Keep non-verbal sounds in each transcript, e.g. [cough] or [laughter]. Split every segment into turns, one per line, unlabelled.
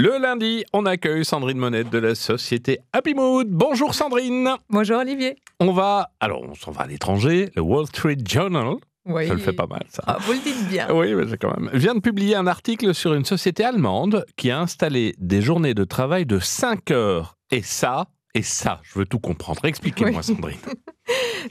Le lundi, on accueille Sandrine Monette de la société Happy Mood. Bonjour Sandrine.
Bonjour Olivier.
On va, alors on s'en va à l'étranger, le Wall Street Journal,
Oui.
ça le fait pas mal ça.
Ah, vous le dites bien.
Oui, mais c'est quand même. Vient de publier un article sur une société allemande qui a installé des journées de travail de 5 heures. Et ça, et ça, je veux tout comprendre. Expliquez-moi
Oui. [laughs]
Sandrine.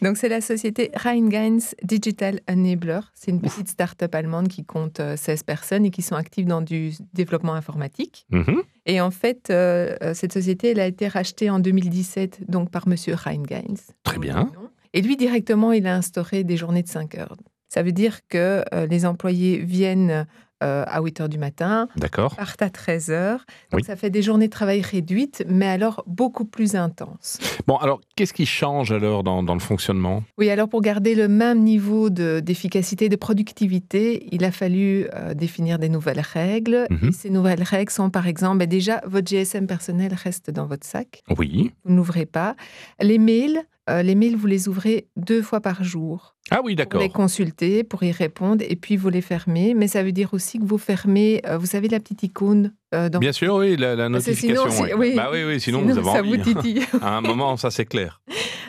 Donc c'est la société Rheingains Digital Enabler. C'est une petite start-up allemande qui compte euh, 16 personnes et qui sont actives dans du développement informatique.
Mhm.
Et en fait, euh, euh, cette société, elle a été rachetée en 2017 donc par monsieur Rheingains.
Très bien.
Et lui, directement, il a instauré des journées de 5 heures. Ça veut dire que euh, les employés viennent euh, à 8 heures du matin,
D'accord.
partent à 13 heures. Donc
Oui.
ça fait des journées de travail réduites, mais alors beaucoup plus intenses.
Bon, alors qu'est-ce qui change alors dans, dans le fonctionnement
Oui, alors pour garder le même niveau de- d'efficacité et de productivité, il a fallu euh, définir des nouvelles règles.
Mhm.
Et ces nouvelles règles sont par exemple, ben déjà, votre GSM personnel reste dans votre sac,
Oui.
vous n'ouvrez pas. Les mails, euh, les mails, vous les ouvrez deux fois par jour
Ah oui,
pour
d'accord.
les consulter, pour y répondre, et puis vous les fermez. Mais ça veut dire aussi que vous fermez, euh, vous savez, la petite icône euh, dans
Bien sûr, oui, la, la
Parce que sinon,
notification.
c'est- oui.
Bah oui, oui, sinon, vous avez
ça
envie.
vous titille.
[laughs] À un moment, ça c'est clair.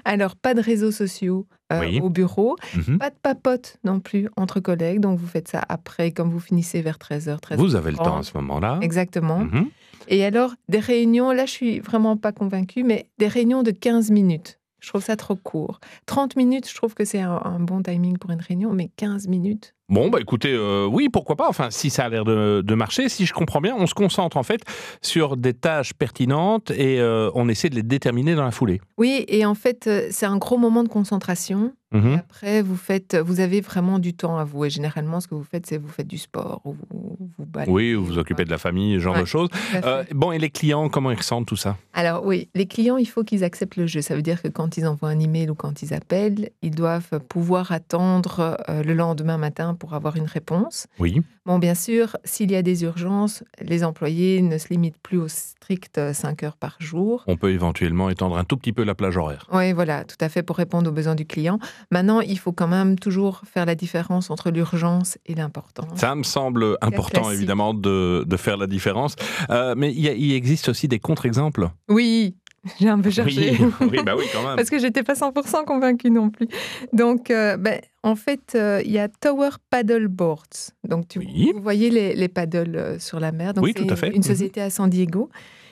Alors, pas de réseaux sociaux euh,
Oui.
au bureau,
Mhm.
pas de papote non plus entre collègues, donc vous faites ça après, comme vous finissez vers 13h, 13h.
Vous avez le temps à ce moment-là.
Exactement.
Mhm.
Et alors, des réunions, là je suis vraiment pas convaincue, mais des réunions de 15 minutes. Je trouve ça trop court. 30 minutes, je trouve que c'est un, un bon timing pour une réunion, mais 15 minutes.
Bon, bah écoutez, euh, oui, pourquoi pas. Enfin, si ça a l'air de, de marcher, si je comprends bien, on se concentre en fait sur des tâches pertinentes et euh, on essaie de les déterminer dans la foulée.
Oui, et en fait, euh, c'est un gros moment de concentration. Et
Mhm.
Après, vous, faites, vous avez vraiment du temps à vous. Et généralement, ce que vous faites, c'est vous faites du sport ou vous, vous baladez.
Oui, vous vous occupez de la famille, ce genre
Ouais.
de choses.
Tout à fait.
Euh, bon, et les clients, comment ils ressentent tout ça
Alors oui, les clients, il faut qu'ils acceptent le jeu. Ça veut dire que quand ils envoient un email ou quand ils appellent, ils doivent pouvoir attendre euh, le lendemain matin pour avoir une réponse.
Oui.
Bon, bien sûr, s'il y a des urgences, les employés ne se limitent plus au strict euh, 5 heures par jour.
On peut éventuellement étendre un tout petit peu la plage horaire.
Oui, voilà, tout à fait pour répondre aux besoins du client. Maintenant, il faut quand même toujours faire la différence entre l'urgence et l'importance.
Ça me semble important,
classique.
évidemment, de, de faire la différence. Euh, mais il y a- il existe aussi des contre-exemples.
Oui, [laughs] j'ai un peu cherché.
Oui, oui, bah oui, quand même.
Parce que j'étais pas 100% convaincue non plus. Donc, euh, ben, en fait, euh, il y a Tower Paddle Boards. Donc, tu,
Oui.
vous voyez les, les paddles euh, sur la mer. Donc,
Oui,
c'est
tout à
une-
fait. Mhm.
Une société à San Diego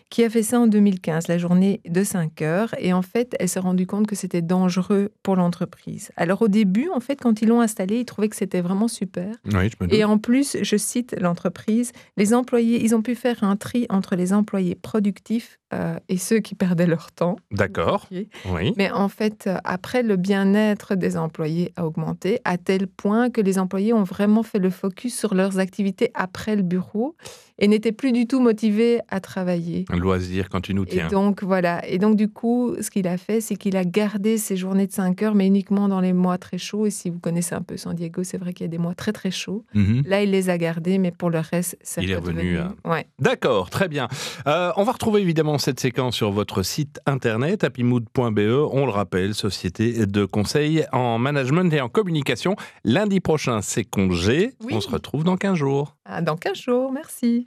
qui a fait ça en 2015, la journée de 5 heures. Et en fait, elle s'est rendue compte que c'était dangereux pour l'entreprise. Alors, au début, en fait, quand ils l'ont installé, ils trouvaient que c'était vraiment super.
Ah Oui, je me doute.
Et en plus, je cite l'entreprise, les employés, ils ont pu faire un tri entre les employés productifs euh, et ceux qui perdaient leur temps.
D'accord.
Ok.
Oui.
Mais en fait, euh, après, le bien-être des employés a augmenté à tel point que les employés ont vraiment fait le focus sur leurs activités après le bureau et n'étaient plus du tout motivés à travailler.
Un loisir quand tu nous
Et
tiens.
donc, voilà. Et donc, du coup, ce qu'il a fait, c'est qu'il a gardé ses journées de 5 heures, mais uniquement dans les mois très chauds. Et si vous connaissez un peu San Diego, c'est vrai qu'il y a des mois très, très chauds.
Mhm.
Là, il les a gardés, mais pour le reste, c'est
Il est revenu à-
Ouais.
D'accord, très bien. Euh, on va retrouver évidemment cette séquence sur votre site internet happymood.be. E. On le rappelle, société de conseil en management et en communication. Lundi prochain, c'est congé.
Oui.
On se retrouve dans 15 jours.
Ah, dans 15 jours, merci.